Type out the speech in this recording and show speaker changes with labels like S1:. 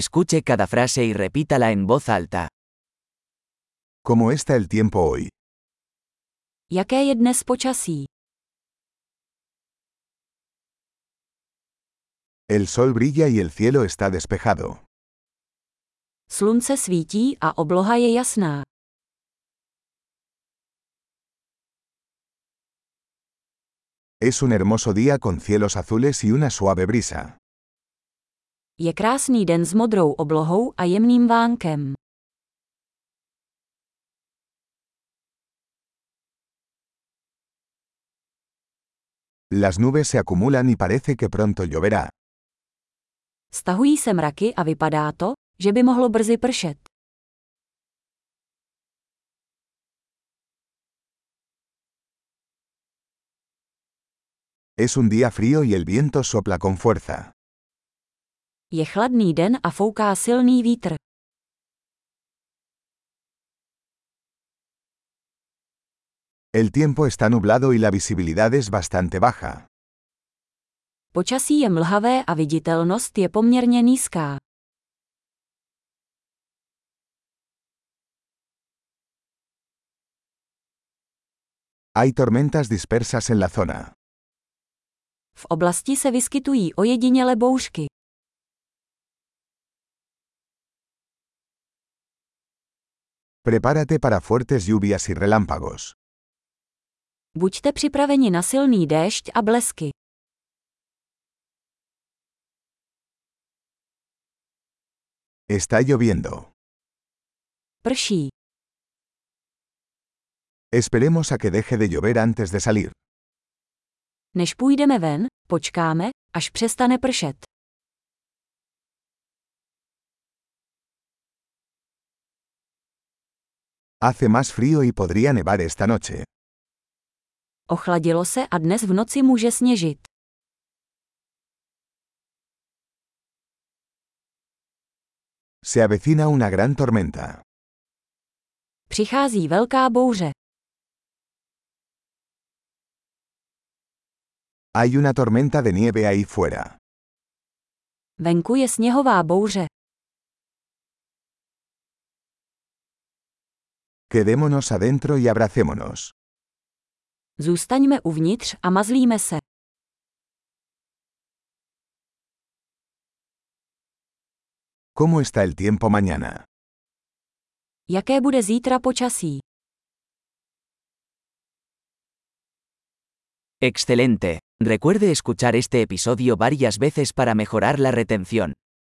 S1: Escuche cada frase y repítala en voz alta.
S2: ¿Cómo está el tiempo hoy?
S3: Jaké je dnes počasí?
S2: El sol brilla y el cielo está despejado.
S3: Slunce svítí a obloha je jasná.
S2: Es un hermoso día con cielos azules y una suave brisa.
S3: Je krásný den s modrou oblohou a jemným vánkem.
S2: Las nubes se acumulan y parece que pronto lloverá.
S3: Stahují se mraky a vypadá to, že by mohlo brzy pršet.
S2: Es un día frío y el viento sopla con fuerza.
S3: Je chladný den a fouká silný vítr.
S2: El tiempo está nublado y la visibilidad es bastante baja.
S3: Počasí je mlhavé a viditelnost je poměrně nízká.
S2: Hay tormentas dispersas en la zona.
S3: V oblasti se vyskytují ojediněle bouřky.
S2: Prepárate para fuertes lluvias y relámpagos.
S3: Buďte připraveni na silný déšť a blesky.
S2: Está lloviendo.
S3: Prší.
S2: Esperemos a que deje de llover antes de salir.
S3: Než půjdeme ven, počkáme, až přestane pršet.
S2: Hace más frío y podría nevar esta noche.
S3: Ochladilo se a dnes v noci může sněžit.
S2: Se avecina una gran tormenta.
S3: Přichází velká bouře.
S2: Hay una tormenta de nieve ahí fuera.
S3: Venku je sněhová bouře.
S2: Quedémonos adentro y abracémonos.
S3: Zůstaňme uvnitř a mazlíme se.
S2: ¿Cómo está el tiempo mañana?
S3: Jaké bude zítra počasí?
S1: Excelente. Recuerde escuchar este episodio varias veces para mejorar la retención.